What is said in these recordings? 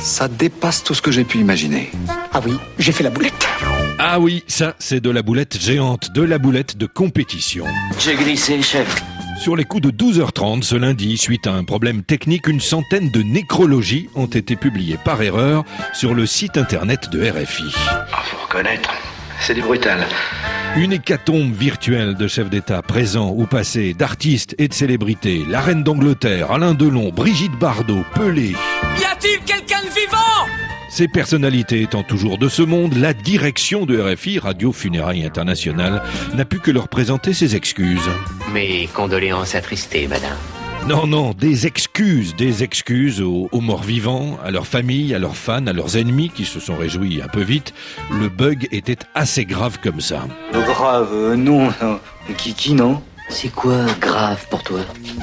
Ça dépasse tout ce que j'ai pu imaginer. Ah oui, j'ai fait la boulette. Ah oui, ça, c'est de la boulette géante, de la boulette de compétition. J'ai glissé, chef. Sur les coups de 12h30 ce lundi, suite à un problème technique, une centaine de nécrologies ont été publiées par erreur sur le site internet de RFI. Ah, faut reconnaître, c'est du brutal. Une hécatombe virtuelle de chefs d'État présents ou passés, d'artistes et de célébrités. La reine d'Angleterre, Alain Delon, Brigitte Bardot, Pelé. Y a-t-il quelqu'un de vivant Ces personnalités étant toujours de ce monde, la direction de RFI, Radio Funérailles Internationale, n'a pu que leur présenter ses excuses. Mes condoléances attristées, madame. Non, non, des excuses, des excuses aux, aux morts vivants, à leurs familles, à leurs fans, à leurs ennemis qui se sont réjouis un peu vite. Le bug était assez grave comme ça. Grave, euh, non. non. Kiki, non C'est quoi grave pour toi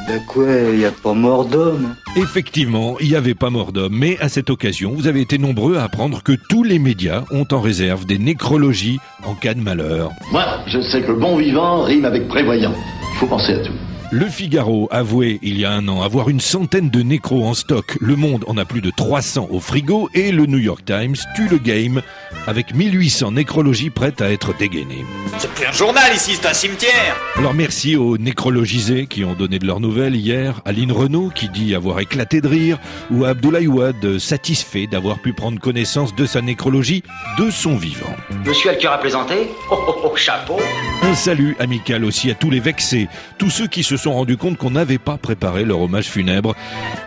Ben quoi, y a pas mort d'homme. Effectivement, il n'y avait pas mort d'homme, mais à cette occasion, vous avez été nombreux à apprendre que tous les médias ont en réserve des nécrologies en cas de malheur. Moi, je sais que bon vivant rime avec prévoyant. Il faut penser à tout. Le Figaro avouait il y a un an avoir une centaine de nécros en stock. Le Monde en a plus de 300 au frigo et le New York Times tue le game avec 1800 nécrologies prêtes à être dégainées. C'est plus un journal ici, c'est un cimetière Alors merci aux nécrologisés qui ont donné de leurs nouvelles hier, Aline Renault qui dit avoir éclaté de rire, ou à Abdoulaye Ouad satisfait d'avoir pu prendre connaissance de sa nécrologie de son vivant. Monsieur a le cœur à plaisanter Oh, oh, oh, chapeau Un salut amical aussi à tous les vexés, tous ceux qui se sont rendus compte qu'on n'avait pas préparé leur hommage funèbre.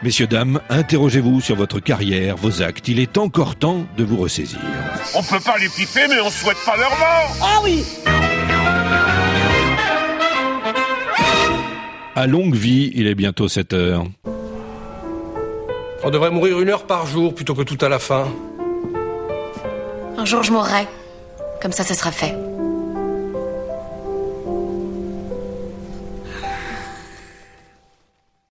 Messieurs, dames, interrogez-vous sur votre carrière, vos actes. Il est encore temps de vous ressaisir. On peut pas les piquer, mais on souhaite pas leur mort Ah oui À longue vie, il est bientôt 7 heures. On devrait mourir une heure par jour plutôt que tout à la fin. Un jour, je mourrai. Comme ça, ce sera fait.